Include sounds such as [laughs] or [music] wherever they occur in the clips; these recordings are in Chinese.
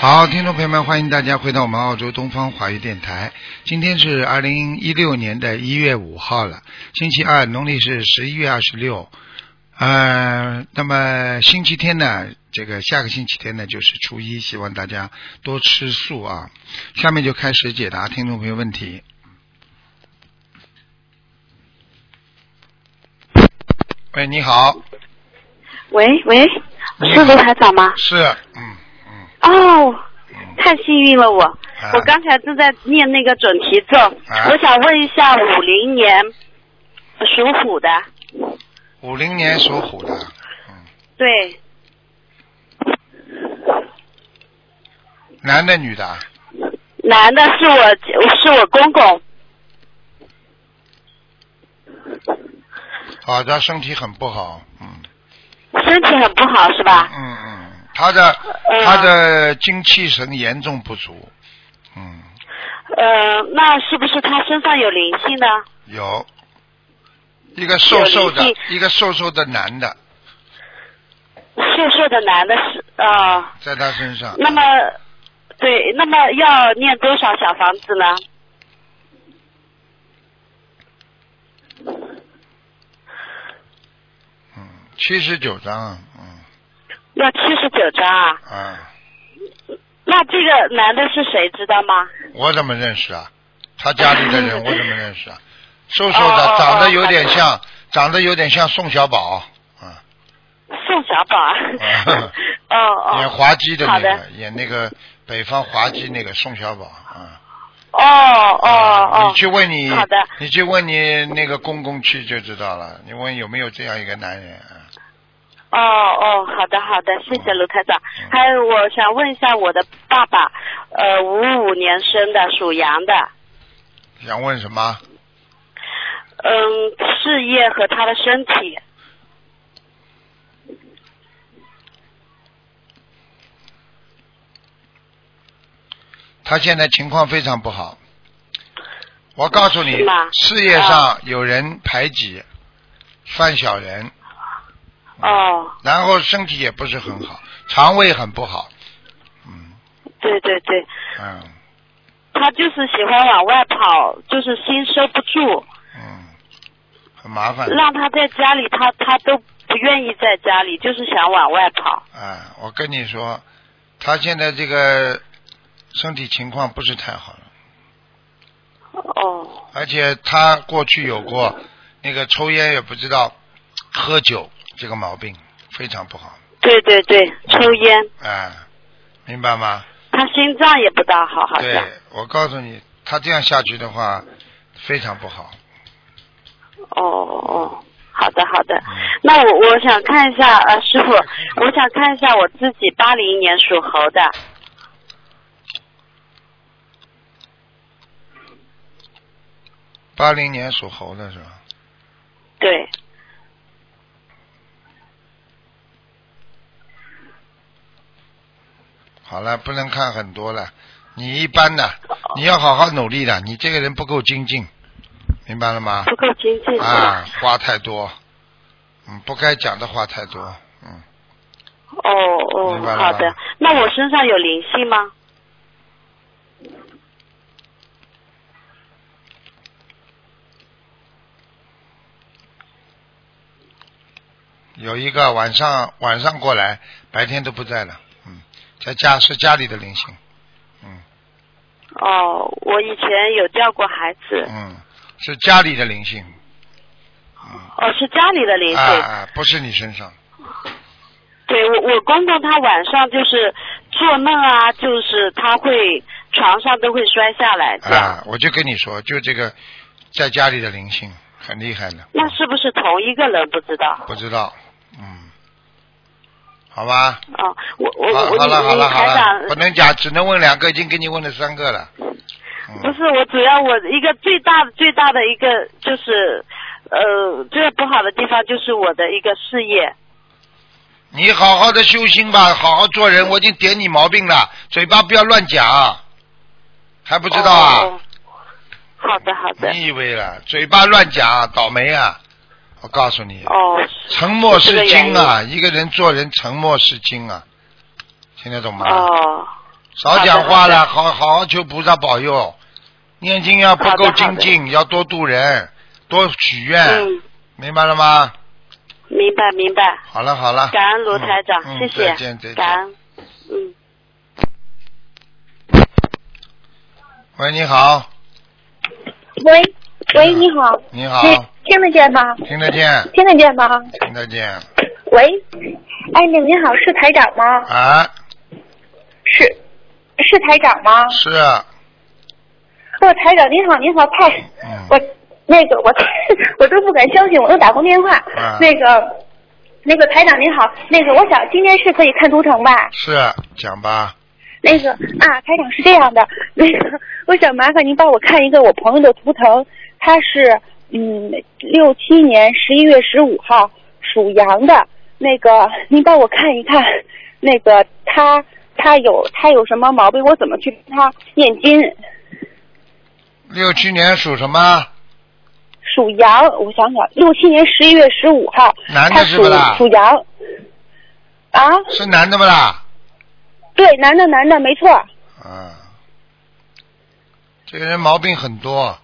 好，听众朋友们，欢迎大家回到我们澳洲东方华语电台。今天是二零一六年的一月五号了，星期二，农历是十一月二十六。呃，那么星期天呢，这个下个星期天呢就是初一，希望大家多吃素啊。下面就开始解答听众朋友问题。喂，你好，喂喂，你是好卢台长吗？是，嗯嗯哦，嗯，太幸运了我！啊我刚才正在念那个准提咒，啊我想问一下，五零年属虎的，五零年属虎的，嗯，对，男的女的啊？男的是我是我公公，好的，身体很不好，嗯，身体很不好是吧？嗯嗯，他的嗯他的精气神严重不足，嗯，呃，那是不是他身上有灵性呢？有一个瘦瘦的有灵，一个瘦瘦的男的瘦瘦的男的是呃，在他身上，那么对，那么要念多少小房子呢？嗯，七十九张，嗯要七十九张啊。啊，那这个男的是谁知道吗？我怎么认识啊？他家里的 [laughs] 人我怎么认识啊？瘦瘦哦哦的，哦长得有点好的像，长得有点像宋小宝，嗯。。宋小宝啊 [laughs] 哦演哦。滑稽的那好个的，演那个北方滑稽那个宋小宝啊。哦哦哦。你去问你，好的。你去问你那个公公去就知道了。你问有没有这样一个男人啊？哦哦，好的好的，谢谢卢台长嗯。还有，我想问一下我的爸爸，呃，五五年生的，属羊的，想问什么？嗯，事业和他的身体。他现在情况非常不好。我告诉你是吗，事业上有人排挤，犯小人，嗯哦，然后身体也不是很好，肠胃很不好，嗯对对对，嗯他就是喜欢往外跑，就是心收不住，嗯，很麻烦。让他在家里，他他都不愿意在家里，就是想往外跑。啊，我跟你说，他现在这个身体情况不是太好了，哦而且他过去有过那个抽烟也不知道喝酒这个毛病，非常不好。，对对对，抽烟，啊，明白吗？他心脏也不大好，好像。对，我告诉你，他这样下去的话，非常不好。哦哦，好的好的嗯。那我我想看一下，呃，师傅，我想看一下我自己八零年属猴的，八零年属猴的是吧？对，好了，不能看很多了，你一般的，你要好好努力的，你这个人不够精进，明白了吗？不够精进是吧？啊，话太多，嗯，不该讲的话太多，嗯，哦哦明白，了好的吧。那我身上有灵性吗？有一个晚上晚上过来，白天都不在了，嗯，在家是家里的灵性，嗯哦，我以前有掉过孩子，嗯，是家里的灵性，嗯，哦，是家里的灵啊性。啊，不是你身上，对我，我公公他晚上就是做梦啊，就是他会床上都会摔下来这样。啊，我就跟你说，就这个在家里的灵性很厉害的，那是不是同一个人？不知道。不知道，嗯，好吧，哦，我我好，我好你了好你了好台长了，不能讲，只能问两个，已经给你问了三个了，嗯不是我，主要我一个最大的最大的一个就是，呃，最不好的地方就是我的一个事业。你好好的修心吧，好好做人。我已经点你毛病了，嘴巴不要乱讲，还不不知道啊？哦、好的好的。你以为了，嘴巴乱讲，倒霉啊！我告诉你，哦。沉默是这个原金啊因啊，一个人做人沉默是金啊，听得懂吗？哦。少讲话了，好好好求菩萨保佑。念经要不够精进，要多度人，多许愿，嗯，明白了吗？明白明白。好了好了，感恩卢台长，啊嗯嗯谢谢，再见再见感恩，嗯。喂，你好，喂喂，你好，你好，听听得见吗？听得见，听得见吗？听得见，喂，哎，那您好，是台长吗？啊，是是台长吗？是，啊哦，台长您好，您好，太嗯，我那个我 [laughs] 我都不敢相信，我都打过电话。啊那个那个台长您好，那个我想今天是可以看图腾吧？是，啊讲吧，那个啊，台长是这样的，那个我想麻烦您帮我看一个我朋友的图腾，他是嗯六七年十一月十五号属羊的，那个您帮我看一看，那个他他有他有什么毛病，我怎么去帮他念经？六七年属什么？属羊，我想想，六七年十一月十五号，男他的是属不啦？属羊啊，是男的不啦？对，男的男的没错，啊，这个人毛病很多，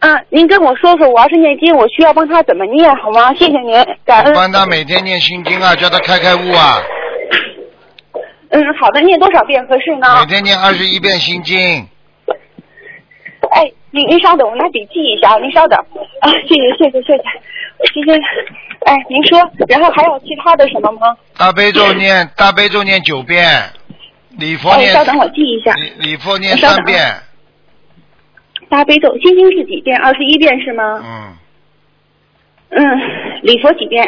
嗯，啊，您跟我说说，我要是念经，我需要帮他怎么念好吗？谢谢您，感我恩。帮他每天念心经啊，叫他开开悟啊，嗯，好的，念多少遍合适呢？每天念二十一遍心经，哎，您您稍等，我拿笔记一下，您稍等。啊，谢谢谢谢谢谢，谢谢。哎，您说，然后还有其他的什么吗？大悲咒念大悲咒念九遍，礼佛哎，念稍等，我记一下。礼礼佛念三遍，大悲咒心经是几遍？二十一遍是吗？嗯，嗯，礼佛几遍？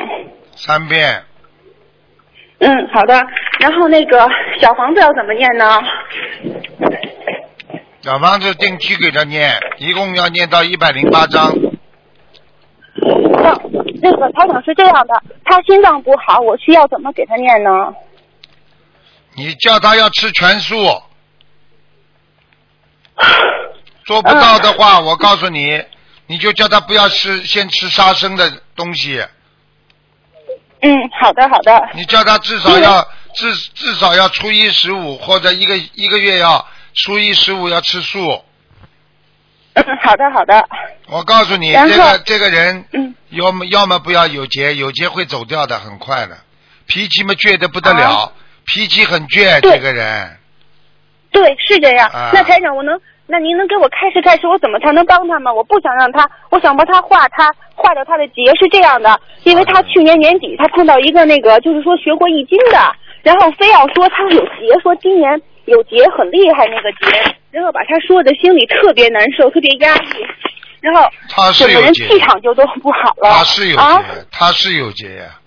三遍，嗯，好的。然后那个小房子要怎么念呢？小房子定期给他念，一共要念到一百零八章，那那个台长是这样的，他心脏不好，我需要怎么给他念呢？你叫他要吃全 [laughs] 素，做不到的话，我告诉你，你就叫他不要吃，先吃杀生的东西。嗯，好的好的。你叫他至少 [laughs] 要至至少要初一十五或者一个一个月要初一十五要吃 [laughs] 素。嗯，好的好的。我告诉你，然这后个这个人嗯，要么要么不要有节，有节会走掉的，很快的。脾气嘛倔得不得了，啊脾气很倔，对这个人对，是这样。啊那台长，我能，那您能给我开示开示，我怎么才能帮他吗？我不想让他，我想帮他化他化掉他的结。是这样的，因为他去年年底他碰到一个那个，就是说学过易经的，然后非要说他有结，说今年有结很厉害那个结，然后把他说的心里特别难受，特别压抑，然后他是整个有人节，气场就都不好了。他是有节，啊。他是有节呀、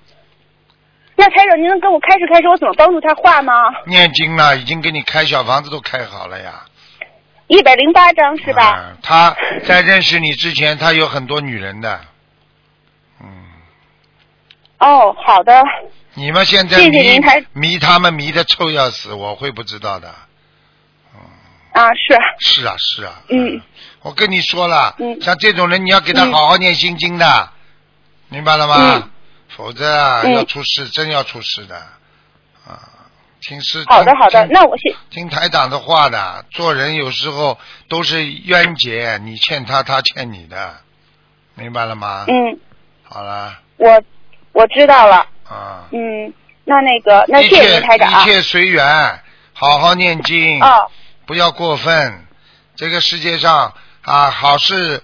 那台长，您能给我开示开示，我怎么帮助他化吗？念经了，已经给你开小房子都开好了呀。一百零八章是吧？啊他在认识你之前，他有很多女人的。嗯，哦，好的。你们现在谢谢迷您台迷他们迷的臭要死，我会不知道的。啊，是。是啊，是啊。嗯，我跟你说了，嗯像这种人，你要给他嗯好好念心经的，明白了吗？嗯否则啊，嗯要出事，真要出事的。啊，听师好的，听好的，听那我先，听台长的话的，做人有时候都是冤结，你欠他，他欠你的，明白了吗？嗯，好了，我我知道了，啊，嗯，那那个，那一谢谢切您台长啊一，切随缘，好好念经，哦，不要过分。这个世界上啊，好事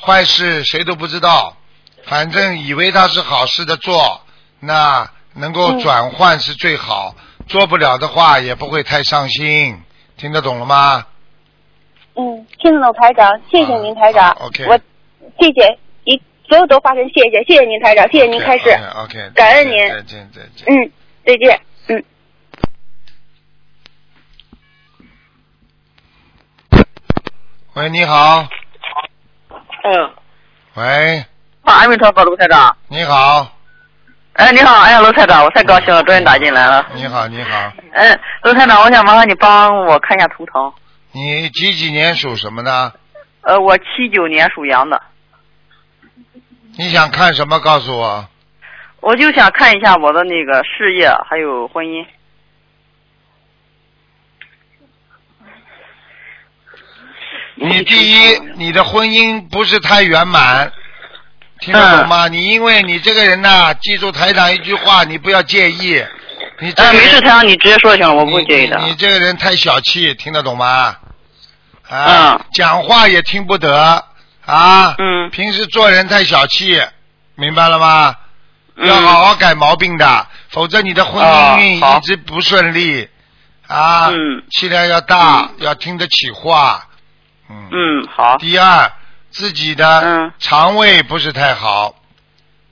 坏事谁都不知道，反正以为它是好事的做，那能够嗯转换是最好。做不了的话，也不会太伤心。听得懂了吗？嗯，听得懂台长，谢谢您台啊长好，OK 我谢谢一所有都发生谢谢，谢谢您台长，谢谢您开始，哎 OK，, o k 感恩您再见，再见。嗯，再见，嗯。喂，你好。嗯，喂，啊，阿弥陀佛，卢台长。你好，哎，你好，哎呀，卢台长，我太高兴了，终于打进来了。你好，你好。嗯，卢台长，我想麻烦你帮我看一下图腾。你几几年属什么呢？呃，我七九年属羊的，你想看什么？告诉我。我就想看一下我的那个事业还有婚姻。你第一，你的婚姻不是太圆满，听得懂嗯吗？你因为你这个人呐、记住台长一句话，你不要介意。你这个哎，没人事，台长，你直接说就行，我你不介意的你。。你这个人太小气，听得懂吗？啊，嗯讲话也听不得啊。嗯平时做人太小气，明白了吗？要好嗯好改毛病的，否则你的婚姻啊运一好直不顺利啊。嗯气量要大，要听得起话。嗯。嗯，好，第二，自己的嗯肠胃不是太好，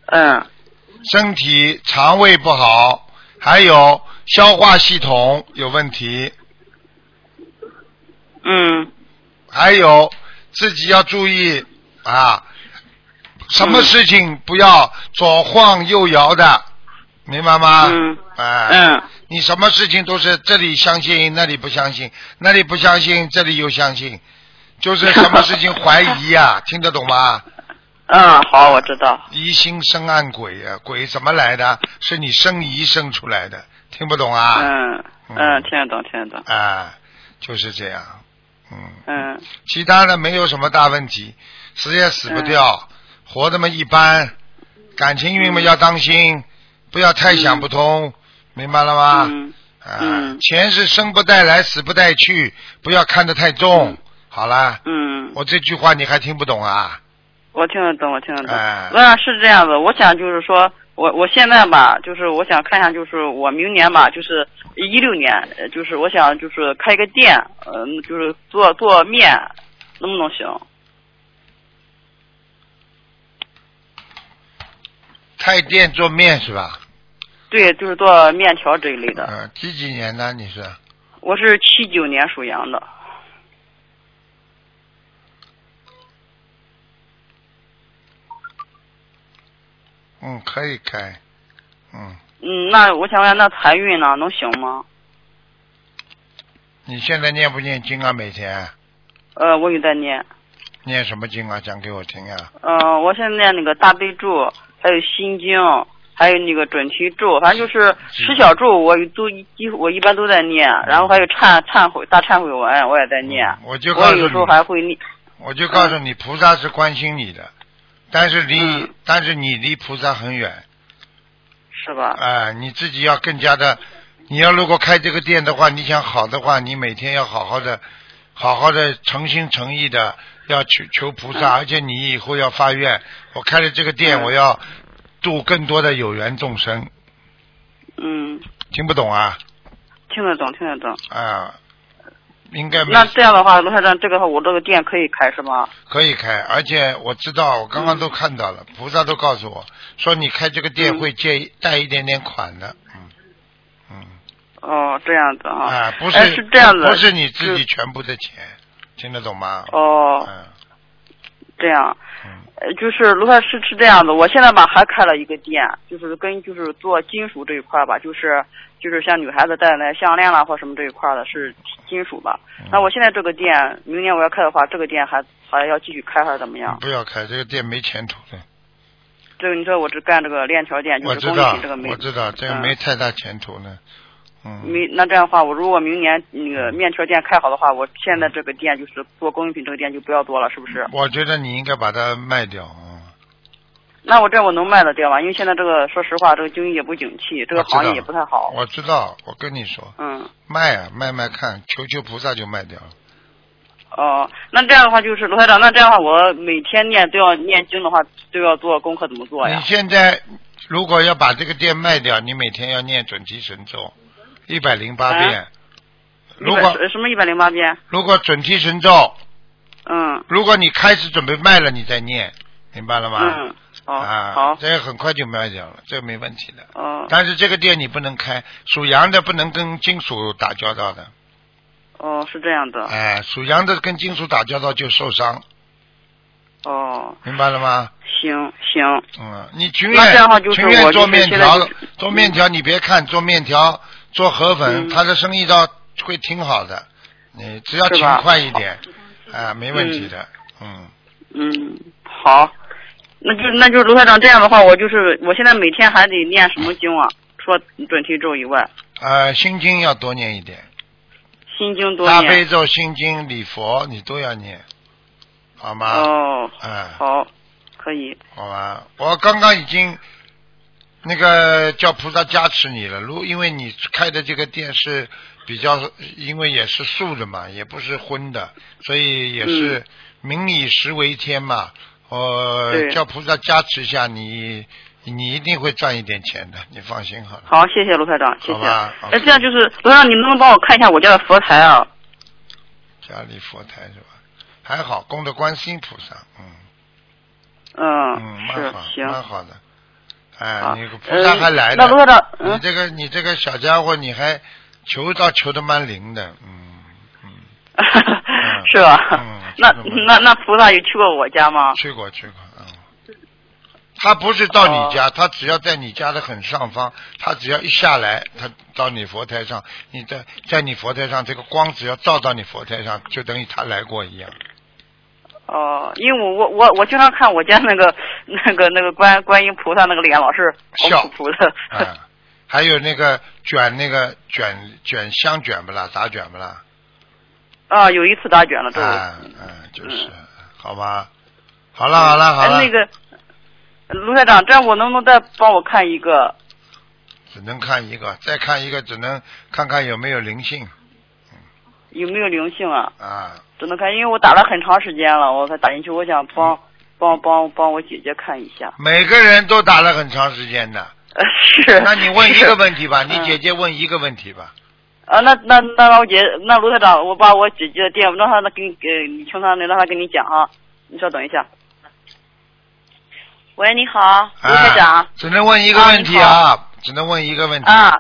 嗯身体肠胃不好，还有消化系统有问题，嗯还有自己要注意啊，什么嗯事情不要左晃右摇的，明白吗？嗯哎、嗯你什么事情都是这里相信，那里不相信，那里不相信，这里又相信， [laughs] 就是什么事情怀疑呀、听得懂吗？嗯，好，我知道。疑心生暗鬼呀、鬼怎么来的？是你生疑生出来的，听不懂啊？嗯嗯，听得懂，听得懂。啊，就是这样，嗯。嗯其他的没有什么大问题，死也死不嗯掉，活这么一般，感情运嘛要当心，不要太想不通，明白了吗？嗯啊，嗯钱是生不带来，死不带去，不要看得太重。好啦，嗯，我这句话你还听不懂啊？我听得懂，我听得懂。哎那是这样子，我想就是说，我我现在吧，就是我想看一下，就是我明年吧，就是一六年，呃就是我想就是开个店，嗯、就是做做面，能不能行？开店做面是吧？对，就是做面条这一类的。嗯、几几年呢？你是我是七九年属羊的，嗯，可以开，嗯，嗯，那我想问，那财运呢，能行吗？你现在念不念经啊？每天呃，我有在念，念什么经啊？讲给我听啊。嗯、我现在念那个大悲咒，还有心经，还有那个准提咒，反嗯正就是十小咒，我都几乎我一般都在念，然后还有忏忏悔大忏悔文，我也在念，我就告我诉你有时候还会念，我就告诉你，菩萨是关心你的，但是离、嗯但是你离菩萨很远是啊、吧？你自己要更加的，你要如果开这个店的话，你想好的话，你每天要好好的，好好的诚心诚意的要求求菩萨，而且你以后要发愿，我开了这个店，嗯我要度更多的有缘众生，嗯，听不懂啊听得懂，听得懂。啊、应该没那这样的话，罗先生，这个话我这个店可以开是吗？可以开，而且我知道，我刚刚都看到了，菩萨都告诉我说，你开这个店嗯会借一带一点点款的，嗯嗯哦，这样子啊。啊，不哎是是这样子嗯不是你自己是全部的钱，听得懂吗？哦，嗯这样。嗯呃，就是卢太是是这样子，我现在吧还开了一个店，就是跟就是做金属这一块儿吧，就是就是像女孩子戴的那项链啦或什么这一块儿的是金属吧。嗯那我现在这个店，明年我要开的话，这个店还还要继续开还是怎么样你？不要开这个店没前途哎的，这个你说我只干这个链条店，就我是知工艺道品这个，没我知道这个嗯没太大前途呢，嗯，没那这样的话，我如果明年那个面条店开好的话，我现嗯在这个店就是做工艺品这个店就不要做了，是不是？我觉得你应该把它卖掉啊，那我这我能卖得掉吗？因为现在这个说实话，这个经济也不景气，这我个啊知道行业也不太好。我知道，我跟你说，嗯。卖啊卖卖看，求求菩萨就卖掉了，哦，那这样的话就是罗台长，那这样的话，我每天念都要念经的话，都要做功课，怎么做你呀？现在如果要把这个店卖掉，你每天要念准提神咒一百零啊八遍。如一百呃果什么一百零八遍？如果准提神咒，嗯如果你开始准备卖了，你再念，明白了吗？嗯，好、啊，好，这个很快就卖掉了，这个没问题的。哦但是这个店你不能开，属羊的不能跟金属打交道的，哦，是这样的，哎，属羊的跟金属打交道就受伤，哦，明白了吗？行行，嗯，你情那愿这样的话就是情愿我就做是面现在条就，做面条你别看做面条做河粉，嗯他的生意倒会挺好的，你只要是勤吧快一点，啊，没问题的，嗯，嗯，好，那就那就是罗台长这样的话，我就是我现在每天还得念什么经啊？除了准提咒以外，呃，心经要多念一点，心经多大念悲咒、心经、礼佛你都要念，好吗？哦，嗯，好，可以。好吧，我刚刚已经那个叫菩萨加持你了。如因为你开的这个店是比较，因为也是素的嘛，也不是荤的，所以也嗯是民以食为天嘛。我、对叫菩萨加持一下你，你一定会赚一点钱的，你放心好了。好，谢谢卢台长，谢好谢。吧好哎，这样就是卢台长，你能不能帮我看一下我家的佛台啊？家里佛台是吧？还好，供着观世音菩萨，嗯嗯，嗯，是蛮好，，行。蛮好的。哎，好你个菩萨还来呃、那的卢，台长，你嗯，这个你这个小家伙，你还求倒求的蛮灵的，嗯 [laughs] 嗯，是吧？嗯 [laughs] 那是的那那菩萨有去过我家吗？去过去过，嗯。他不是到哦你家，他只要在你家的很上方，他只要一下来，他到你佛台上，你在在你佛台上，这个光只要照到你佛台上，就等于他来过一样。哦、因为我我我我经常看我家那个那个那个观观音菩萨那个脸老是笑红扑扑的。啊，还有那个卷那个卷卷香卷不啦，打卷不啦？啊，有一次打卷了，这我啊嗯，就是，好吧，好了好了好了，哎，那个卢台长，这样我能不能再帮我看一个？只能看一个，再看一个只能看看有没有灵性有没有灵性啊？啊。只能看，因为我打了很长时间了，我才打进去，我想嗯帮帮帮帮我姐姐看一下。每个人都打了很长时间的，呃，是。那你问一个问题吧，是嗯你姐姐问一个问题吧，啊，那那那我姐，那卢台长，我把我姐姐的电，让她那给你给你听她那，让她跟你讲啊。你稍等一下。喂，你好，卢台长啊。，只能问一个问题啊，只能问一个问题，啊，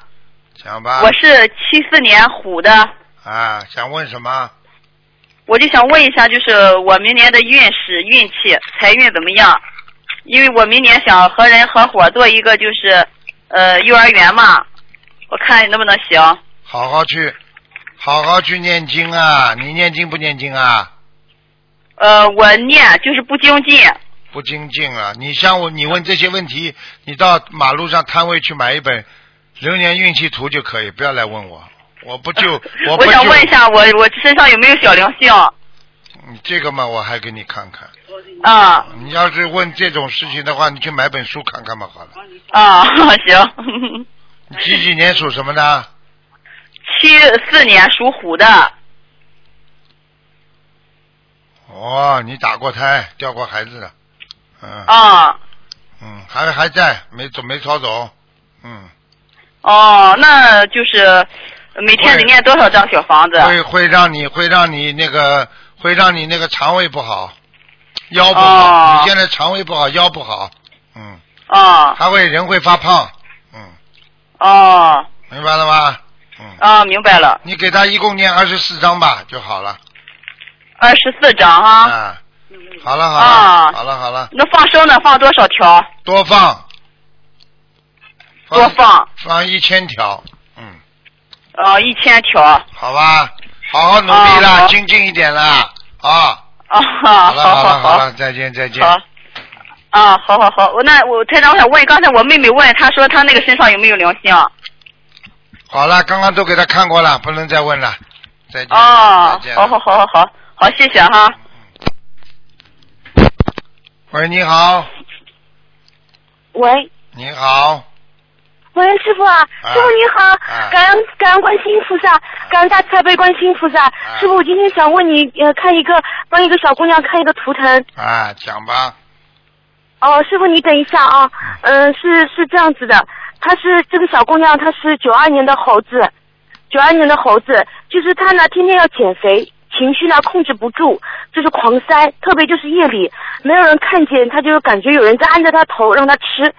讲吧我，是七四年虎的，啊，想问什么？我就想问一下，就是我明年的运势、运气、财运怎么样？因为我明年想和人合伙做一个就是呃幼儿园嘛，我看能不能行。好好去，好好去念经啊！你念经不念经啊？呃，我念就是不精进，不精进啊！你像我，你问这些问题，你到马路上摊位去买一本《流年运气图》就可以，不要来问我，我不 [laughs] 就我我不想问一就下我我身上有没有小灵性？你这个嘛，我还给你看看。啊你要是问这种事情的话，你去买本书看看嘛，好了。啊， [laughs] 行，你几几年属什么的？七四年属虎的，啊哦，你打过胎，掉过孩子的，嗯啊嗯，还还在，没走没抄走，嗯，哦，那就是每天得念多少张小房子？会会让你会让你那个会让你那个肠胃不好，腰不好。哦你现在肠胃不好，腰不好，嗯，啊还会人会发胖，嗯，哦明白了吗？嗯，啊，明白了，你给他一共念二十四章吧就好了。二十四张哈。啊，好了好了、啊好了好了，那放生呢？放多少条？多放，多放，放一千条，嗯，呃，一千条。好吧，好好努力啊啦，好精进一点啦，啊，啊， [laughs] 了好好了好好了，再见再见。好。啊，好好好，我那我台长，我想问，刚才我妹妹问，她说她那个身上有啊没有灵性？好了，刚刚都给他看过了，不能再问了，再见，哦再见，。好好好好好，好，谢谢哈。喂，你好，喂你好，喂，师傅啊，啊师傅你好，啊感恩感恩观世音菩萨，感恩大慈大悲观世音菩萨。啊师傅，我今天想问你，呃，看一个帮一个小姑娘看一个图腾。啊，讲吧，哦，师傅你等一下啊，嗯、是是这样子的，她是这个小姑娘，她是九二年的猴子，九二年的猴子，就是她呢天天要减肥，情绪呢控制不住，就是狂塞，特别就是夜里没有人看见，她就感觉有人在按着她头让她吃，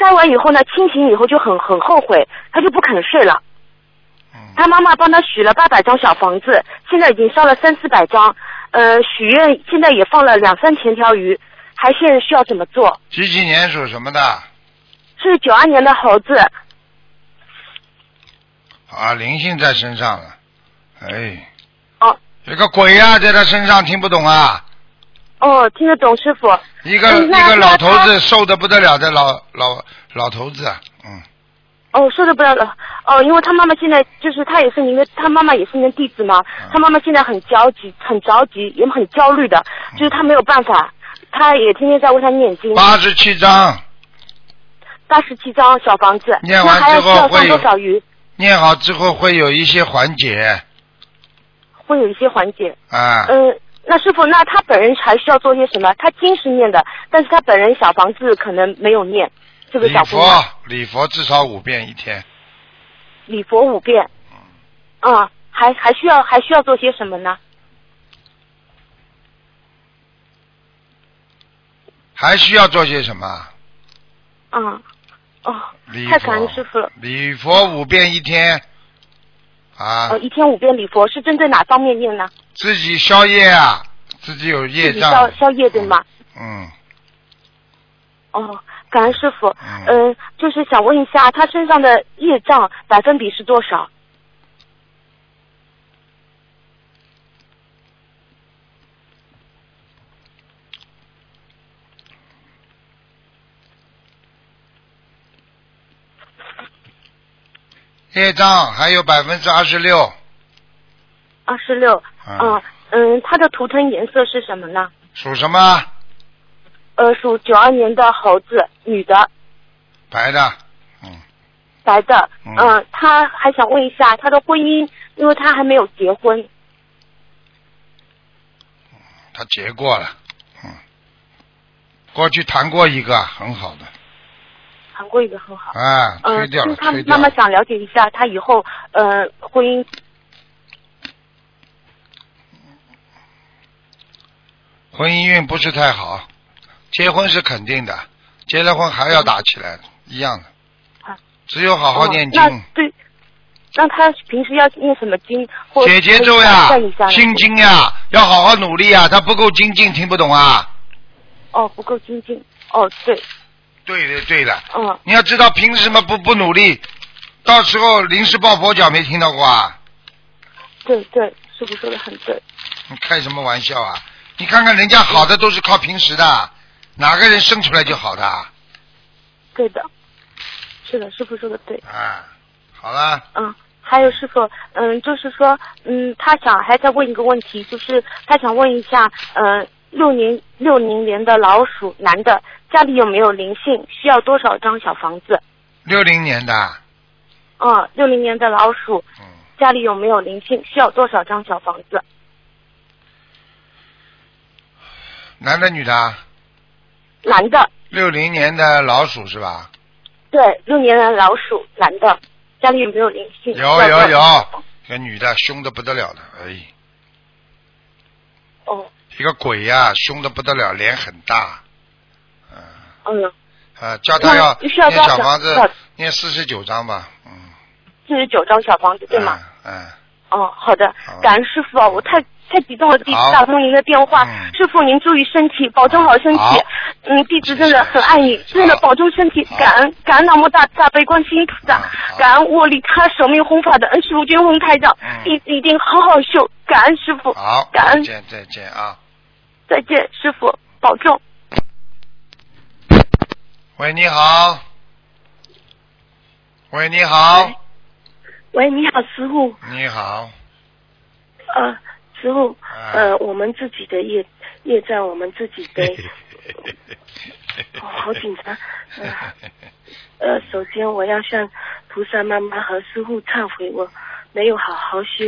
塞完以后呢，清醒以后就很很后悔，她就不肯睡了。嗯，他妈妈帮他许了八百张小房子，现在已经烧了三四百张，呃，许愿现在也放了两三千条鱼，还现在需要怎么做？几几年属什么的？是九二年的猴子，啊，灵性在身上了，哎，哦有个鬼呀、在他身上，听不懂啊。哦，听得懂师傅，一个嗯一那个老头那啊子瘦的不得了的老老老头子，嗯，哦，说的不要了。哦，因为他妈妈现在就是他也是您的，他妈妈也是您的弟子嘛。嗯他妈妈现在很焦急，很着急，也很焦虑的，就是他没有办法，他也天天在为他念经。嗯八十七章，八十七张小房子，念那完还要之后需要放会多少鱼？念好之后会有一些缓解会有一些缓解。啊。嗯，那师傅，那他本人还需要做些什么？他经是念的，但是他本人小房子可能没有念。这个礼小姑娘佛，礼佛至少五遍一天。礼佛五遍。嗯，还还需要还需要做些什么呢？还需要做些什么？嗯，哦，礼太感恩师佛，傅了。礼佛五遍一天啊哦，，一天五遍礼佛是针对哪方面念呢？自己消业啊，自己有业自己消障，消业对吗？嗯，哦，感恩师傅。嗯嗯，就是想问一下，他身上的业障百分比是多少？业障还有百分之二十六，二十六。嗯，嗯，他的图腾颜色是什么呢？属什么？呃，属九二年的猴子，女的，白的，嗯，白的。嗯嗯，他还想问一下他的婚姻，因为他还没有结婚。他结过了，嗯，过去谈过一个，很好的，韩国一个很好。啊，嗯，推就掉是了，他推掉妈了妈想了解一下他以后呃婚姻婚姻运不是太好，结婚是肯定的，结了婚还要打起来，一样的啊。只有好好念经，哦、那对，那他平时要念什么经？或解结咒呀看一下、呢心经呀，要好好努力呀。他不够精进，听不懂啊？哦，不够精进。哦，对，对的，对的。嗯，你要知道，凭什么不不努力？到时候临时抱佛脚，没听到过啊？对对，师傅说的很对。你开什么玩笑啊？你看看人家好的都是靠平时的，哪个人生出来就好的啊？对的，是的，师傅说的对。啊好了，嗯，还有师傅，嗯，就是说，嗯，他想还在问一个问题，就是他想问一下，嗯，六零六零年的老鼠男的家里有没有灵性？需要多少张小房子？六零年的，嗯，六零年的老鼠嗯，家里有没有灵性？需要多少张小房子？男的女的啊？男的，六零年的老鼠是吧？对，六年的老鼠，男的，家里有没有灵性？有要不要有有，这女的凶的不得了的，哎，哦，一个鬼呀、凶的不得了，脸很大，嗯、嗯，啊，叫他要那需要念多少小房多少子，念四十九章吧，嗯，四十九张小房子对吗？嗯？哦，好的好，感恩师傅啊，我太太激动了，弟子好打通您的电话，嗯师傅您注意身体，保重好身体好。嗯，弟子真的很爱你，谢谢真的保重身体，好感恩感恩南无大大悲观世音菩萨嗯好，感恩我利他舍命弘法的恩师傅军宏台长嗯，弟子一定好好修，感恩师傅嗯，，好，感再恩见再见啊！再见，师傅保重。喂，你好，喂，你好，喂，你好，师傅。你好，呃，师傅，啊呃，我们自己的业业障，我们自己 [laughs] 背。哦，好紧张。呃， [laughs] 呃，首先我要向菩萨妈妈和师傅忏悔，我没有好好修。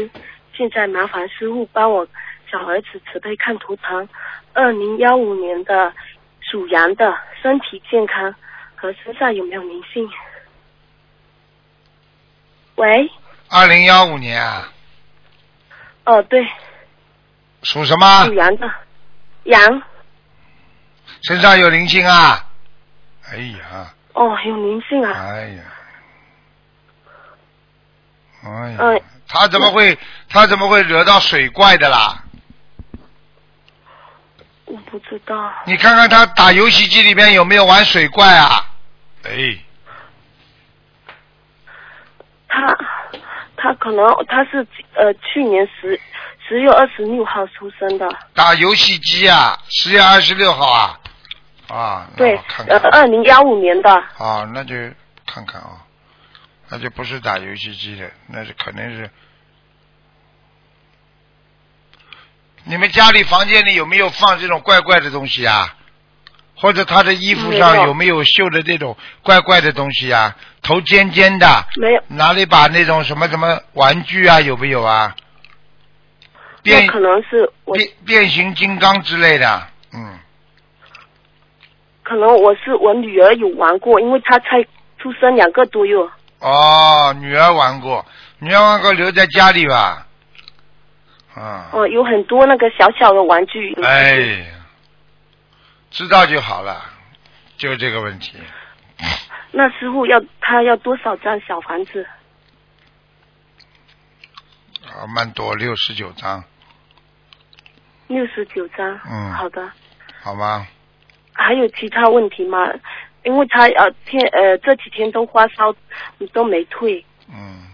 现在麻烦师傅帮我小儿子慈悲看图腾，二零幺五年的属羊的，身体健康和身上有没有灵性？喂，二零幺五年啊，哦，对，属什么属？羊的，羊。身上有灵性啊？哎呀，哦，有灵性啊！哎呀，哎呀，嗯呃他怎么会他怎么会惹到水怪的啦？我不知道。你看看他打游戏机里面有没有玩水怪啊？哎，他他可能他是呃去年十十月二十六号出生的，打游戏机啊，十月二十六号啊，啊，那对我看，呃看，二零幺五年的。啊，那就看看啊，那就不是打游戏机的，那是肯定是。你们家里房间里有没有放这种怪怪的东西啊？或者他的衣服没上有有没有绣的这种怪怪的东西啊？头尖尖的，没有，哪里把那种什么什么玩具啊有没有啊？那变可能是我，变变形金刚之类的，嗯，可能我是我女儿有玩过，因为她才出生两个多月。哦，女儿玩过，女儿玩过留在家里吧，啊，哦，有很多那个小小的玩具。哎，知道就好了，就这个问题。那师傅要他要多少张小房子？啊，蛮多，六十九张，六十九张。嗯好的。好吗？还有其他问题吗？因为他呃天呃这几天都发烧，都没退。嗯，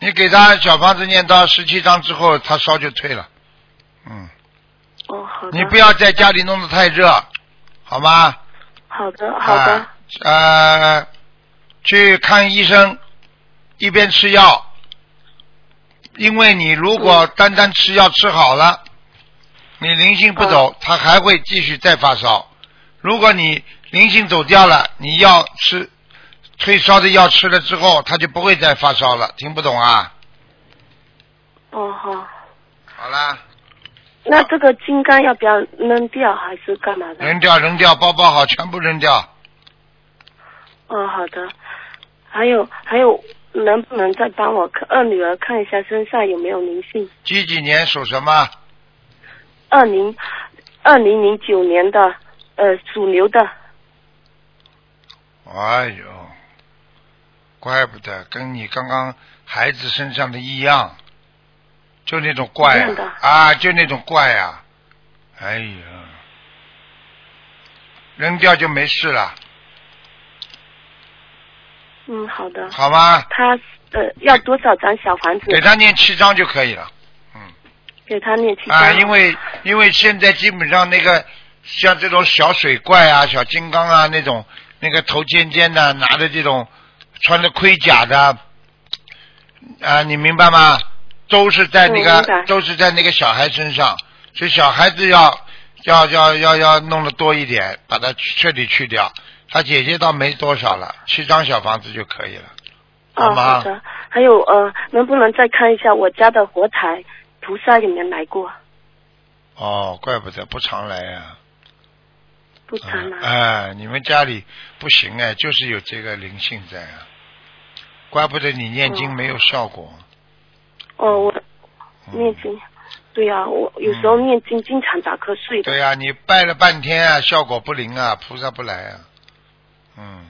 你给他小房子念到十七章之后，他烧就退了。嗯，哦，好的。你不要在家里弄得太热，好吗？好的，好的，啊呃，去看医生，一边吃药，因为你如果单单吃药吃好了，你灵性不嗯走，它还会继续再发烧。如果你灵性走掉了，你药吃退烧的药吃了之后，它就不会再发烧了。听不懂啊？哦好。好啦，那这个金刚要不要扔掉还是干嘛的？扔掉扔掉，包包好，全部扔掉。哦，好的。还有还有，能不能再帮我看二女儿看一下身上有没有灵性？几几年属什么？二零二零零九年的，呃，属牛的。哎呦，怪不得跟你刚刚孩子身上的一样，就那种怪啊一样的，啊就那种怪啊，哎呀，扔掉就没事了，嗯，好的。好吗？他呃要多少张小房子？给他念七章就可以了给他念七张。啊，因为因为现在基本上那个像这种小水怪啊、小金刚啊那种，那个头尖尖的，拿着这种穿着盔甲的，啊，你明白吗？都是在那嗯个明白都是在那个小孩身上，所以小孩子要要要要要弄得多一点，把它彻底去掉。他姐姐倒没多少了，七张小房子就可以了，哦，吗？好的。还有呃，能不能再看一下我家的佛台菩萨有没有来过？哦，怪不得不常来啊呀、不啊常来。哎，你们家里不行哎，就是有这个灵性在啊，怪不得你念经没有效果。哦，我呃嗯念经，对呀、我有时候念经经常打瞌睡的。对呀、你拜了半天啊，效果不灵啊，菩萨不来啊。嗯，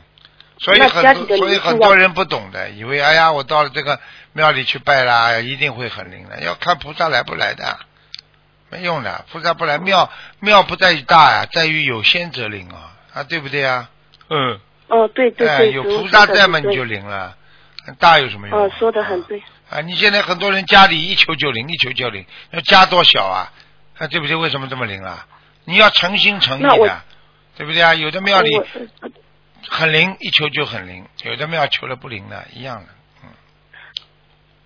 所以那家很里多的所以灵性啊很要多人不懂的，以为哎呀，我到了这个庙里去拜啦，一定会很灵的，要看菩萨来不来的，没用的，菩萨不来，庙庙不在于大呀、在于有仙则灵啊，啊，对不对啊？嗯。哦，对对哎，对，有师傅菩萨说得在很嘛，你对就灵了，大有什么用啊？哦，说的很对。啊！你现在很多人家里一求就灵，一求就灵，那家多小啊？啊，对不对？为什么这么灵啊？你要诚心诚那意我的，对不对啊？有的庙里我很灵，一求就很灵；有的庙求了不灵的，一样的。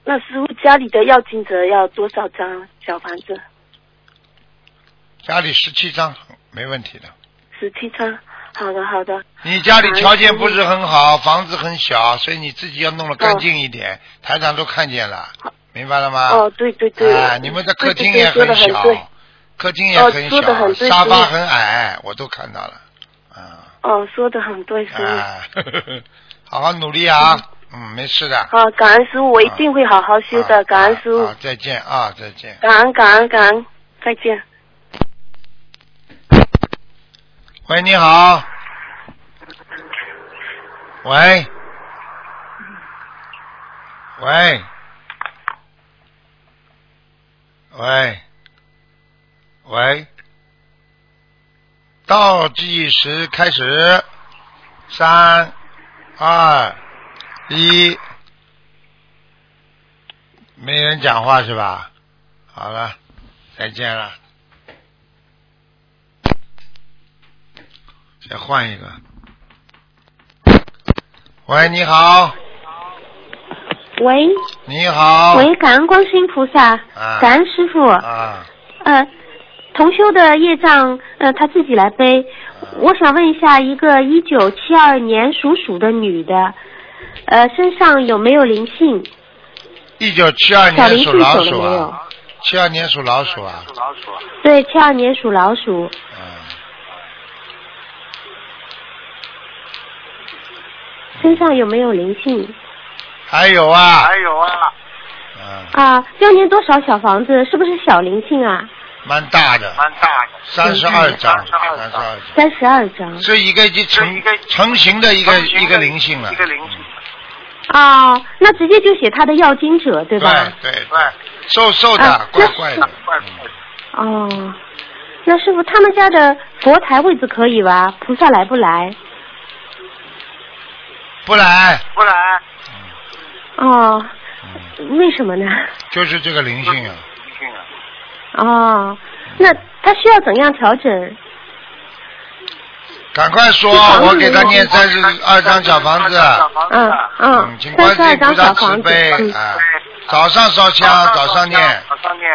那师傅家里的要经者要多少张小房子？家里十七张没问题的。十七张。好的，好的，你家哎里条件不房是很好，房子很小，所以你自己要弄得干净一点。台长都看见了，明白了吗？哦，对对对，啊，你们的客厅对也对对说的很小对，客厅也哦很小说，得很对沙发对很矮，我都看到了。啊哦，说的很对，师傅。啊， [laughs] 好好努力啊！嗯，没事的。好，感恩师傅，我一定会好好修啊的，感恩师傅啊，啊再见啊，再见。感恩感恩感恩，再见。喂，你好。喂。喂。喂。喂。倒计时开始，三、二、一。没人讲话是吧？好了，再见了。再换一个。喂，你好，喂你好，喂，感恩观世音菩萨，哦啊感恩师傅，啊，呃，同修的业障，呃，他自己来背。我想问一下，一个一九七二年属鼠的女的，呃，身上有没有灵性？一九七二小灵年属性走老了鼠没有啊，？七二年属老鼠啊，对，七二年属老鼠。嗯，身上有没有灵性还有啊，有啊，嗯，啊？要念多少小房子？是不是小灵性啊？蛮大的，大的。三十二张，三32十二张，三十二张。这一个已经这一成个成型的一个一个灵性了，灵性，哦，那直接就写他的要经者，嗯对对吧？对，瘦瘦的啊，怪那怪的，嗯哦，那师傅他们家的佛台位置可以吧？菩萨来不来？不来，不然哦，嗯，为什么呢？就是这个灵性啊，哦，那他需要怎样调整？赶快说这房，子我给他有念三十二张小房子，嗯嗯嗯，请，观三世十二音菩张萨小慈房子，悲嗯，啊，早上烧香，早上念，早上念，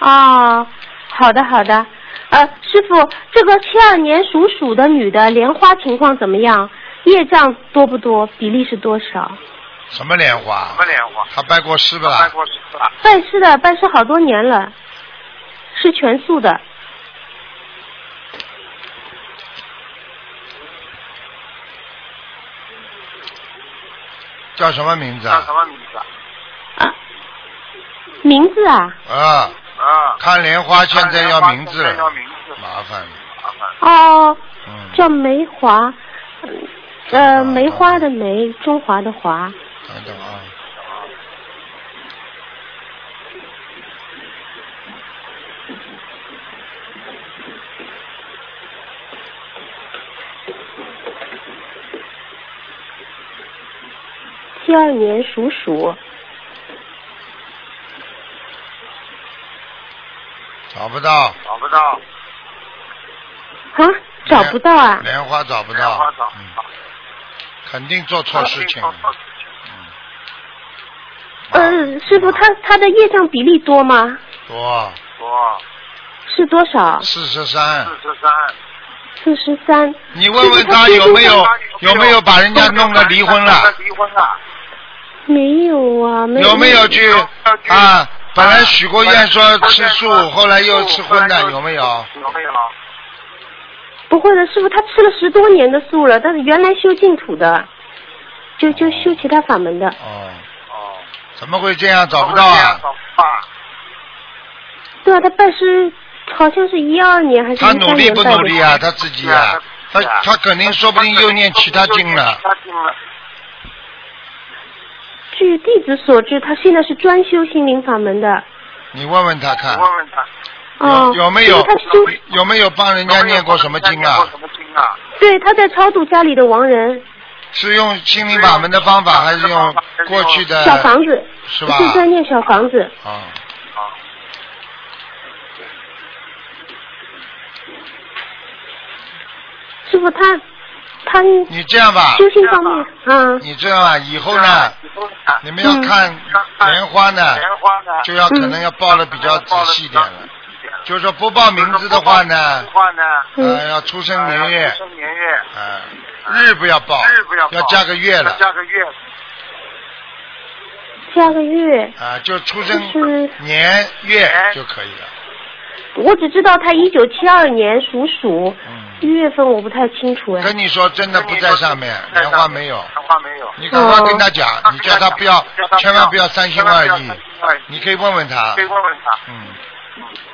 哦，好的好的，呃，师傅，这个七二年属鼠的女的莲花情况怎么样？业障多不多？比例是多少？什么莲花？莲花，他拜过师不啦？过师了，拜师的，拜师好多年了，是全素的。叫什么名字啊？么名字？啊，名字啊，啊，啊，看莲花现在要名字了，名字麻烦了，哦，嗯，啊叫梅华，呃，梅花的梅，中华的华，等等啊。七二年属鼠。找不到，找不到，啊，找不到啊！莲花找不莲到花找，嗯不到，肯定做错事情了，哎嗯，师傅，他他的业障比例多吗？多多是多少？四十三，四十三，四十三。你问问他有没有有没有把人家弄得离婚了，离婚了，没有啊，没有。有没有去啊？本来许过愿说吃素，后来又吃荤的，有没有？有没有？不会的，师傅，他吃了十多年的素了，但是原来修净土的，就就修其他法门的。哦，哦，怎么会这样找不到啊？找不到，对啊，他拜师好像是一二年还是他一努三力年不拜的。努力啊？他自己啊，他他肯定说不定又念其他经了其。他经了，据弟子所知，他现在是专修心灵法门的。你问问他看，问问他，哦，有有没有因为他修，有没有帮人家念过什么经念过啊什？么经啊？对，他在超度家里的亡人，是用心灵法门的方法，还是用过去的小房子是吧？在念小房子。啊，啊，师傅他他你这样吧，修心方面，嗯，你这样吧，以后呢，啊以后呢嗯你们要看莲花呢，莲花呢，嗯就要可能要报的比较仔细点了。就是说不报名字的话呢莲，花呢，哎呃，要出生年月，出生年月，啊，日不要报，日不要报要加个月了，加个月，下个月啊，就出就是生年月就可以了。我只知道他一九七二年属鼠，嗯，一月份我不太清楚哎跟。你说真的不在上面，莲花没有，莲花没有，你赶快跟他讲，你叫他不要，千万不要三心二意，你可以问问他可以，问问他。嗯。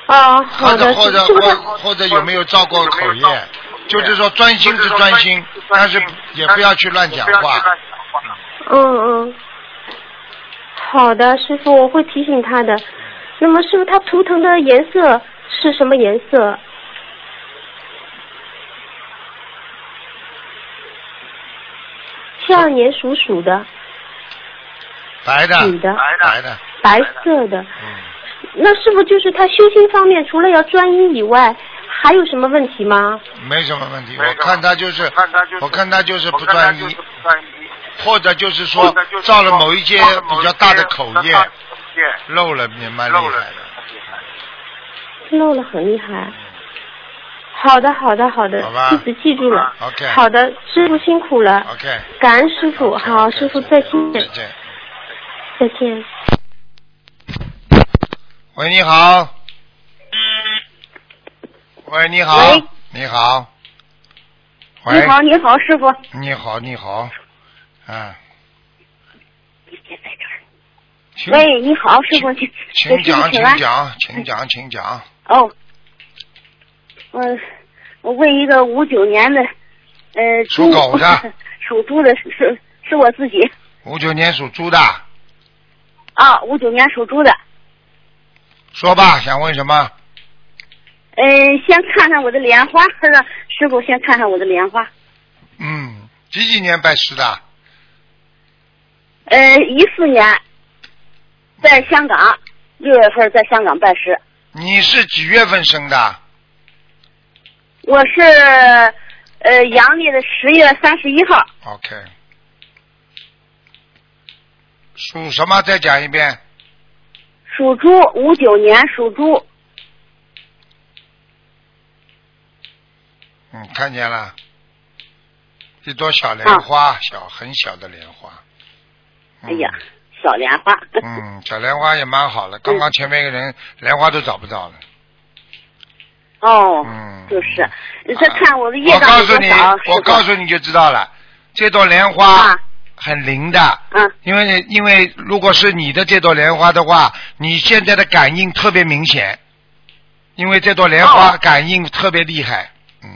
哦，好或者的，或者是不是或或者有没有照过口业，就是说专心是专心，但是也不要去乱讲话。嗯嗯，好的，师傅，我会提醒他的。那么，师傅，他图腾的颜色是什么颜色？七二年属鼠的白的，女的，白白的，的，白色的。嗯，那师傅就是他修心方面，除了要专一以外，还有什么问题吗？没什么问题，我看他就是，我看他就是不断一，或者就是说造了某一些比较大的口业，漏了也蛮厉害的，漏了很厉害。好的，好的，好的好吧，弟子记住了。 OK 好的，师傅辛苦了。 OK 感恩师傅，好，师傅再见，再见。再见。喂，你好。喂，你好喂。你好。你喂。啊好，你好，师傅。你好，你好。啊。请喂，你好，师傅，请请师傅讲，请请安。嗯讲，请讲，请讲。哦，嗯，我问一个五九年的，呃，属猪 [laughs] 狗的，属猪的是是是我自己五九年属猪的，啊，五九年属猪的，说吧，想问什么？呃，先看看我的莲花， [laughs] 让师傅先看看我的莲花，嗯，几几年拜师的？呃，一四年在香港六月份在香港拜师，你是几月份生的？我是呃阳历的十月三十一号， OK，属什么？再讲一遍。属猪，五九年属猪，嗯，看见了，一朵小莲花，小很小的莲花。嗯啊哎呀，小莲花，嗯嗯，小莲花也蛮好的，刚刚前面一个人莲花都找不到了。哦，嗯，啊就是，再看我的业我障告有诉多你少，，我告诉你就知道了，这朵莲花啊很灵的。嗯因为因为如果是你的这朵莲花的话，你现在的感应特别明显，因为这朵莲花哦感应特别厉害。嗯，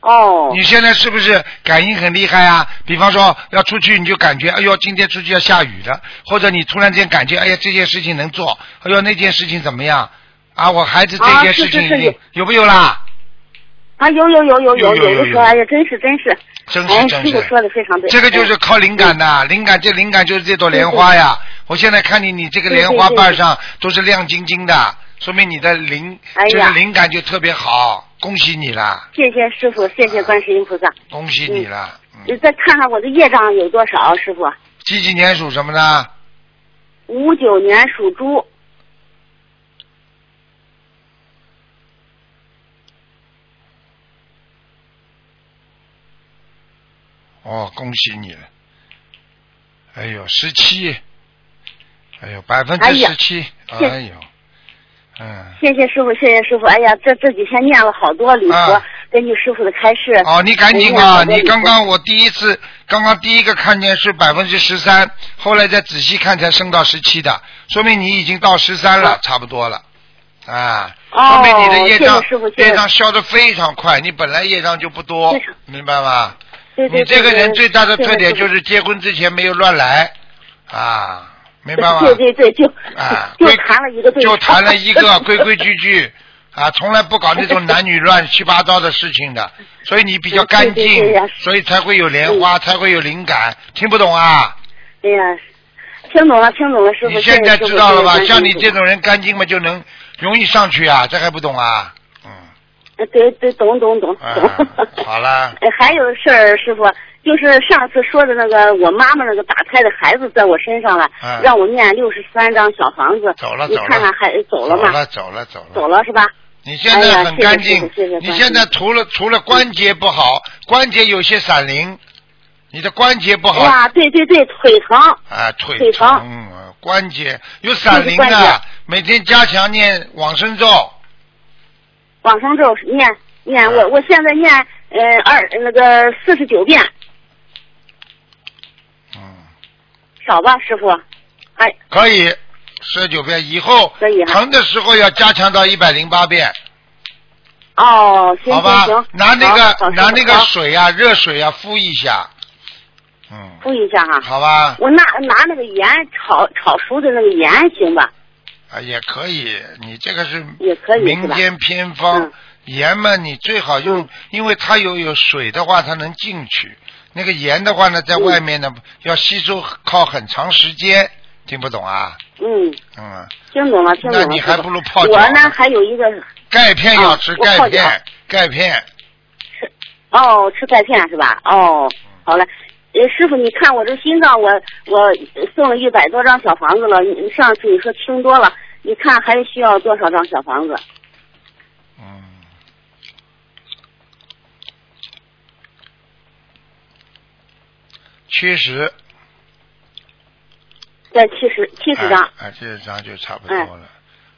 哦，你现在是不是感应很厉害啊？比方说要出去，你就感觉哎呦，今天出去要下雨了，或者你突然间感觉哎呀这件事情能做，哎呦那件事情怎么样啊？我孩子这啊件是事情是是已经有没有啦？啊，有有有有有有有有的说，哎呀，真是真是，真哎是，真师傅是。说的非常对，哎这个就是靠灵感的，灵感这灵感就是这朵莲花呀。我现在看你，你这个莲花瓣上都是亮晶晶的，说明你的灵哎呀就是灵感就特别好，恭喜你啦，谢谢师傅，谢谢观世音菩萨。啊恭喜你啦。嗯，再看看我的业障有多少，师傅。几几年属什么的？五九年属猪，哦，恭喜你了。哎呦，十七，哎呦，百分哎之呀十七，谢哎呦，嗯。谢谢师傅，谢谢师傅。哎呀，这这几天念了好多礼佛，啊根据师傅的开示。哦，你赶紧啊！哎呀你刚刚我第一次，刚刚第一个看见是百分之十三，后来再仔细看才升到十七的，说明你已经到十三了，差不多了。啊，哦说明你的业障谢谢师傅谢谢业障消的非常快，你本来业障就不多非常，明白吗？对对你对这个人最大的谢谢特点就师是结婚之前没有乱来，啊，明白 [laughs] 吗？傅对对对，就啊， [laughs] 就规谈了一个对象，就谈了一 [laughs] 个规规矩矩啊，从来不搞那种男女 [laughs] 乱七八糟的事情的，所以你比较干对对对净呀，嗯所以才会有莲花，才会有灵感，听不懂啊？哎呀，听懂了，听懂了，师傅。你现在谢谢师傅知道了吧谢？谢像你观世这音菩萨种人干净嘛，就能容易上去啊，这还不懂啊？嗯，呃对对，懂懂懂懂。啊 [laughs] 好啦，呃还有事儿，师傅，就是上次说的那个我妈妈那个打胎的孩子在我身上了，嗯让我念六十三张小房子，走了你走了看看还走了走吗？了走了走了走了是吧？你现在很干净，哎呀谢谢谢谢你现在除了除了关节不好，关节有些闪灵，你的关节不好，哇，对对对，腿疼，啊，腿腿疼嗯，呃关节有闪灵就是关的，每天加强念往生咒，往生咒念念，嗯我我现在念呃二那个四十九遍，嗯，少吧，师傅？哎，可以，四十九遍以后可以，哈啊疼的时候要加强到一百零八遍，哦，行好行吧行，？拿那好个好拿那个好水啊，热水啊敷一下，嗯，注意一下哈。好吧，我拿拿那个盐炒炒熟的那个盐行吧？啊也可以，你这个是也可以民是吧间偏方嗯，盐嘛你最好用，因为它有有水的话它能进去，那个盐的话呢嗯在外面呢要吸收靠很长时间，听不懂啊？嗯，嗯，听懂了，听懂那了。你师还傅不如泡脚我呢呢还有一个钙片要吃啊我钙靠近片，钙片哦，吃钙片是吧？哦，好嘞。呃，师傅，你看我这心脏，我我送了一百多张小房子了。你上次你说轻多了，你看还需要多少张小房子？嗯七十，在七十七十张。啊，哎七十张嗯就差不多了。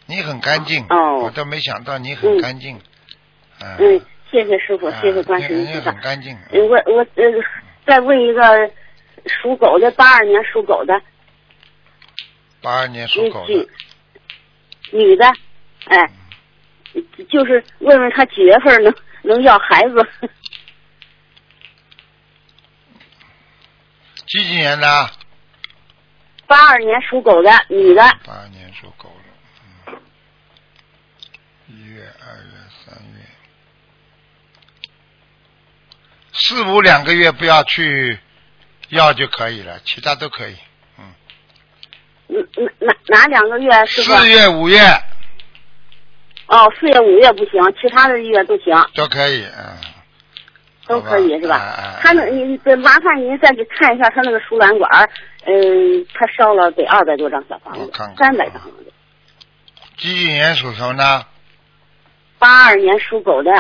你很干净，哦我都没想到你很干净，嗯嗯，谢谢师傅，啊谢谢观世音你菩你萨很。干净，呃我我呃，再问一个属狗的，八二年属狗的八二年属狗的，女的，哎，就是问问她几月份能能要孩子？几几年的？啊八二年属狗的女的，八二年属狗的，嗯，一月、二月、三月，四五两个月不要去要就可以了，其他都可以。嗯哪哪哪两个月？师傅？四月、五月哦，四月、五月不行，其他的月都行，都可以，嗯，都可以好是哎吧？哎他那，你再麻烦您再去看一下他那个输卵管儿，嗯，他烧了得二百多张小房我子看看，三百张，几几年属什么呢？八二年属狗的，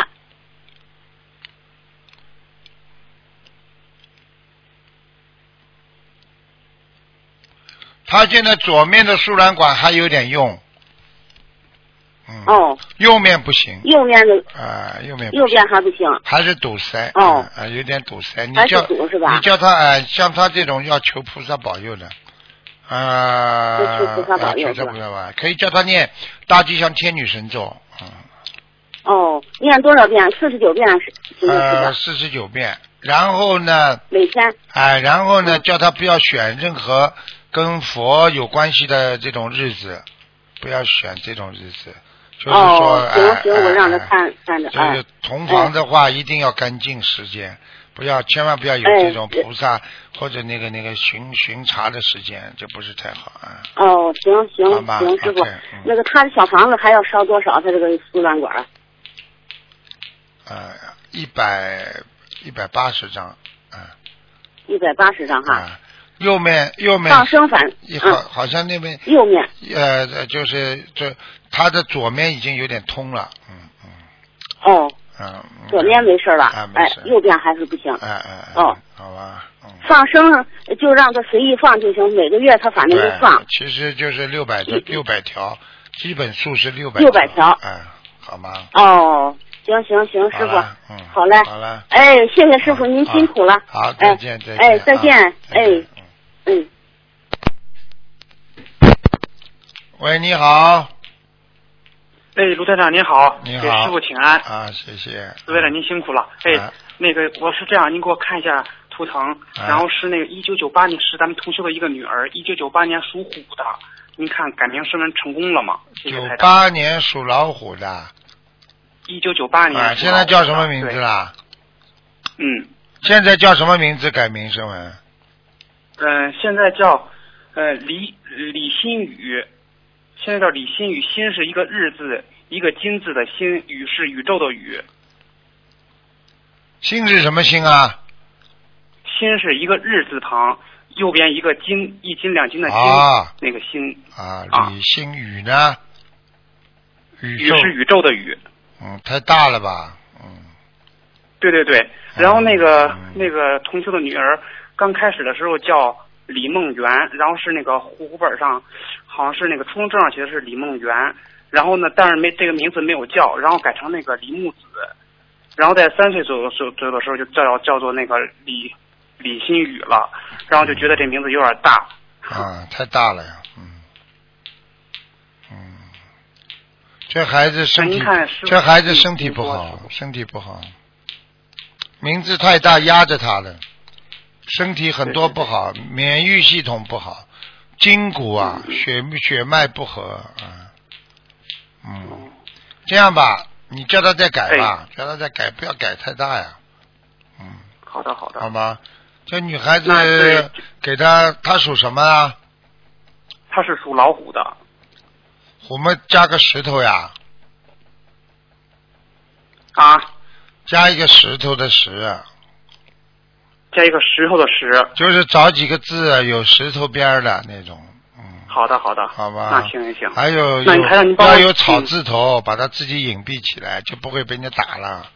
他现在左面的输卵管还有点用，嗯，哦，右面不行右面的啊、右面不右边还不行，还是堵塞，哦啊、有点堵塞。你还是叫堵是吧你叫他哎、像他这种要求菩萨保佑的，啊、要求菩萨保佑啊求是吧菩萨保佑可以叫他念大吉祥天女神咒，哦，念多少遍？四十九遍是行不呃，行？四十九遍。然后呢，每天哎、然后嗯呢，叫他不要选任何跟佛有关系的这种日子，不要选这种日子，就是说，哦，哎、行行，哎我让他哎看看 [laughs] 着，就哎是，同房的话，一定要干净时间，不要千万不要有哎这种菩萨或者那个那个巡巡查的时间，这不是太好啊。哦，行行好吧行，师傅 OK，嗯，那个他的小房子还要烧多少？他这个输卵管儿？呃，一百一百八十张一百八十张哈，啊，右面右面上升反一好嗯，好像那边右面呃就是这他的左面已经有点通了，嗯哦，嗯嗯，左面没事了啊，没哎事，右边还是不行。哎哎哎哦，好吧，嗯。放生就让他随意放就行，每个月他反正就对，放。其实就是六百条，六百条，基本数是六百。 600条嗯，好吗？哦，行行行，师好了傅，嗯，好嘞好了，哎，谢谢师傅，您辛苦了。好，哎再见，再见，哎，再见啊，哎，。嗯嗯。喂，你好，哎，卢台长您好，你给好师傅请安，啊，谢谢。四位了您辛苦了。哎，啊那个我是这样，您给我看一下图腾，嗯然后是那个一九九八年是咱们同修的一个女儿，一九九八年属虎的，您看改名声纹成功了吗？谢谢九台长。八年属老虎的，啊，一九九八年属老虎的。现在叫什么名字啦？对？嗯现在叫什么名字？改名声啊纹？呃，现在叫呃李李新宇，现在叫李新宇，新是一个日字，一个金字的新，宇是宇宙的宇，姓是什么姓啊？新是一个日字旁，右边一个金，一金两金的金，啊那个新。啊，啊李姓宇呢？宇宇宙，是宇宙的宇，嗯，太大了吧？嗯，对对对。然后那个、嗯那个同修的女儿，刚开始的时候叫李梦圆，然后是那个户口本上，好像是那个出生证上写的是李梦圆，然后呢，但是没这个名字没有叫，然后改成那个李木子，然后在三岁左右的时候左右的时候就叫叫做那个李李新宇了，然后就觉得这名字有点大，啊，太大了呀，嗯，嗯，这孩子身体您看是，不是这孩子身体不好，身体不好，名字太大压着他了，身体很多对对嗯不好，免疫系统不好，筋骨啊，血血脉不和啊，嗯，这样吧，你叫他再改哎吧，叫他再改，不要改太大呀，嗯，好的好的，好吗？这女孩那对子给她，她属什么啊？他是属老虎的，我们加个石头呀，啊，加一个石头的石，啊加一个石头的石。就是找几个字啊有石头边儿的那种，好的，好的，好吧？那行行行。还有那你台长你有帮我要有草嗯字头，把它自己隐蔽起来，就不会被人家打了。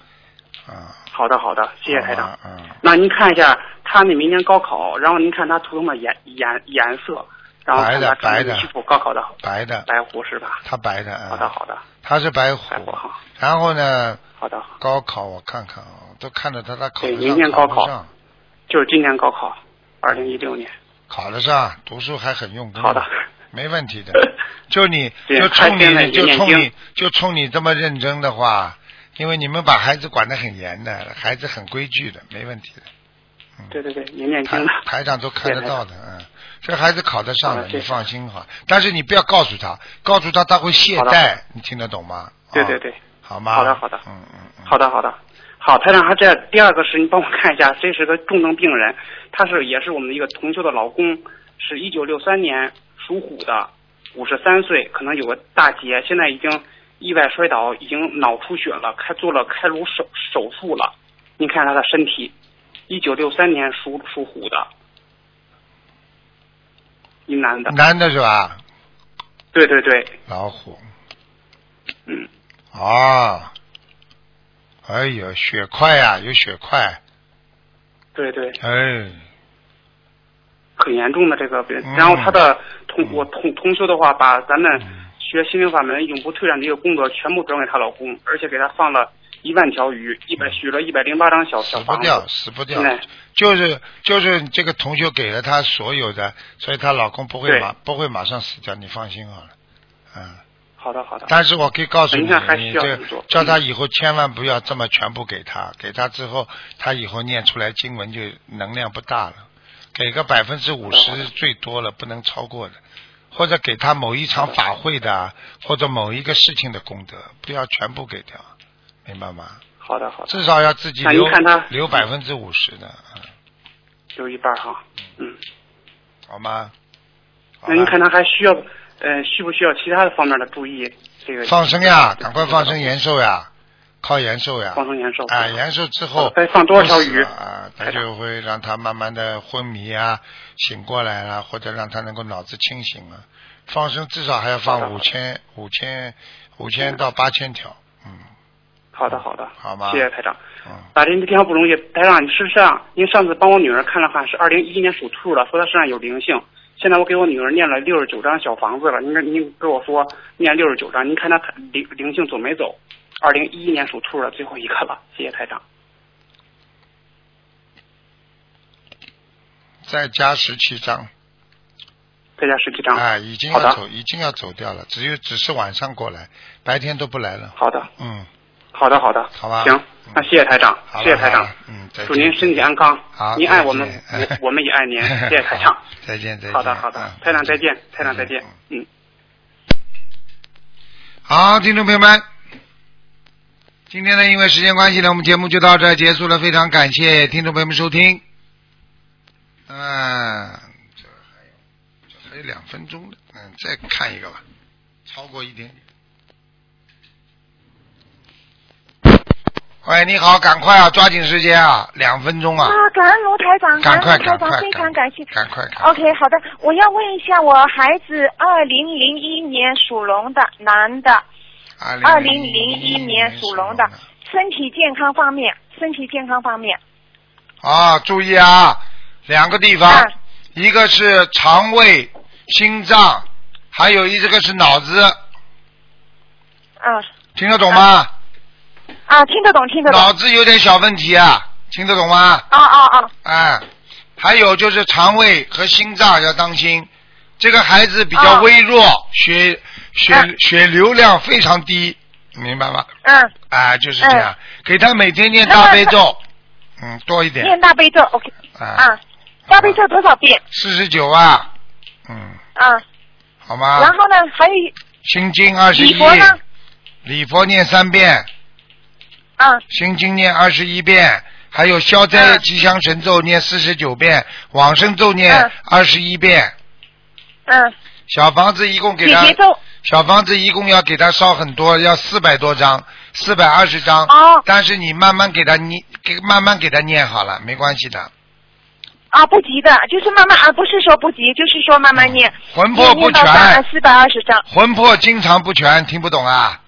啊，好的，好的，谢谢台长。啊，嗯那您看一下他那明年高考，然后您看他涂成的颜颜颜色，然后看白他的白穿的是否高考的白的，白狐是吧？它白的，好好的，好的，它是白虎，然后呢？好的。高考我看看啊，都看着他他考对，得明上年高考不考上，就是今年高考，二零一六年。考得上，读书还很用功。好的，没问题 [laughs] 的。就你对就冲还现在你就也冲念你经就冲你这么认真的话，因为你们把孩子管得很严的，孩子很规矩的，没问题的。对对对，也念嗯台经了。台长都看得到的，嗯，这孩子考得上好的，的谢谢你放心哈。但是你不要告诉他，告诉他他会懈好的好怠的，你听得懂吗？对啊对，对，好吗？好的好的嗯嗯嗯，好的好的。好，台长，他这第二个是你帮我看一下，这是个重症病人，他是也是我们的一个同修的老公，是一九六三年属虎的，五十三岁，可能有个大劫，现在已经意外摔倒，已经脑出血了，开做了开颅手手术了。您看他的身体，一九六三年属属虎的，一男的，男的是吧？对对对，老虎。嗯。啊。哎呦，血块呀、有血块，对对，哎，很严重的这个病。嗯然后他的同我同同修的话，把咱们嗯学心灵法门永不退转的一个工作全部转给她老公，而且给她放了一万条鱼，一百许了一百零八张小嗯小死不房子。嗯掉，死不掉现在，就是就是这个同学给了她所有的，所以她老公不会对马不会马上死掉，你放心好了，嗯。好的好的。但是我可以告诉你，等一下还需你要这怎么做嗯叫他以后千万不要这么全部给他，给他之后，他以后念出来经文就能量不大了，给个百分之五嗯十最多了，不能超过的，或者给他某一场法会的，啊或者某一个事情的功德，不要全部给掉，明白吗？好的好的，至少要自己那您留看他留百分之五十的，嗯留一半哈。嗯，好吗？好那您吧看他还需要呃需不需要其他的方面的注意？这个放生呀，赶快放生延寿呀，靠延寿呀。放生延寿啊，延寿之后该放多少条不死鱼了啊？他就会让他慢慢的昏迷啊，醒过来啦，或者让他能够脑子清醒啊。放生至少还要好的嗯放好五的千、五千、五千到八千条，好的好的，好吗？谢谢台长。嗯打这电话不容易，台长，你是这样，您上次帮我女儿看了看，是二零一一年属兔的，说她身上有灵性。现在我给我女儿念了六十九张小房子了，您您跟我说念六十九张，您看她灵灵性走没走？二零一一年属兔的最后一个了，谢谢台长。再加十七张，再加十七张。啊，已经好要的走，已经要走掉了，只有只是晚上过来，白天都不来了。好的，嗯，好的，好的，好吧。嗯行，那谢谢台长，好了谢谢台长好了，嗯，再祝见您身体安康。好您爱我们再见，我我们也 [laughs] 爱您，谢谢台长。再见再见。好的，好的嗯，台长再见，台长再见，嗯。好，听众朋友们，今天呢，因为时间关系呢，我们节目就到这儿结束了。非常感谢听众朋友们收听。嗯、这还有这还有两分钟的，嗯，再看一个吧，超过一点点。喂，你好，赶快啊，抓紧时间啊，两分钟啊，啊，感恩卢台长，赶快感恩卢台长，赶快非常感谢。赶快看。 OK，好的，我要问一下，我孩子二零零一年属龙的男的，啊二零零一年属龙的，身体健康方面，身体健康方面，啊，注意啊，两个地方，啊一个是肠胃、心脏，还有一这个是脑子，嗯听得懂吗？啊，听得懂，听得懂。脑子有点小问题啊，听得懂吗？啊啊啊！哎，还有就是肠胃和心脏要当心，这个孩子比较微弱，啊血血、血流量非常低，明白吗？嗯，啊，就是这样，给他每天念那么大悲他咒，嗯，多一点念大悲咒，OK，啊，啊，大悲咒多少遍？四十九啊，嗯，啊，好吗？然后呢，还有一心经二十一礼佛呢，礼佛念三遍，啊心经念二十一遍，还有消嗯灾吉祥神咒念四十九遍，往生咒念二十一遍。嗯，小房子一共给解他结，咒，小房子一共要给他烧很多，要四百多张，四百二十张。哦。但是你慢慢给他念，给慢慢给他念好了，没关系的。啊，不急的，就是慢慢啊，不是说不急，就是说慢慢念。魂魄不全。四百二十张。魂魄经常不全，听不懂啊？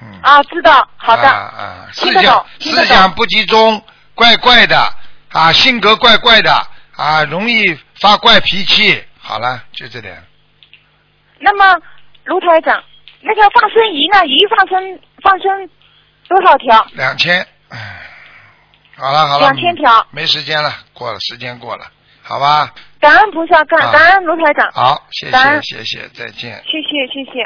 嗯。啊，知道，好的。啊啊，听思得想懂，听得思想不集中，怪怪的啊，性格怪怪的啊，容易发怪脾气。好了，就这点。那么，卢台长，那个放生鱼呢？鱼放生放生多少条？两千，唉好了好了， 2000条没时间了，过了时间过了，好吧，感恩菩萨，感啊感恩卢台长。好，谢感谢恩谢谢，再见。谢谢谢谢。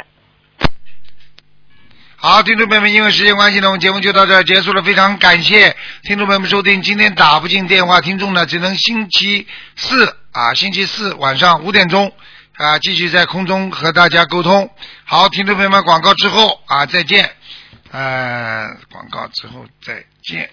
好，听众朋友们，因为时间关系呢，我们节目就到这儿结束了。非常感谢听众朋友们收听。今天打不进电话，听众呢只能星期四啊，星期四晚上五点钟啊，继续在空中和大家沟通。好，听众朋友们，广告之后啊，再见。呃，广告之后再见。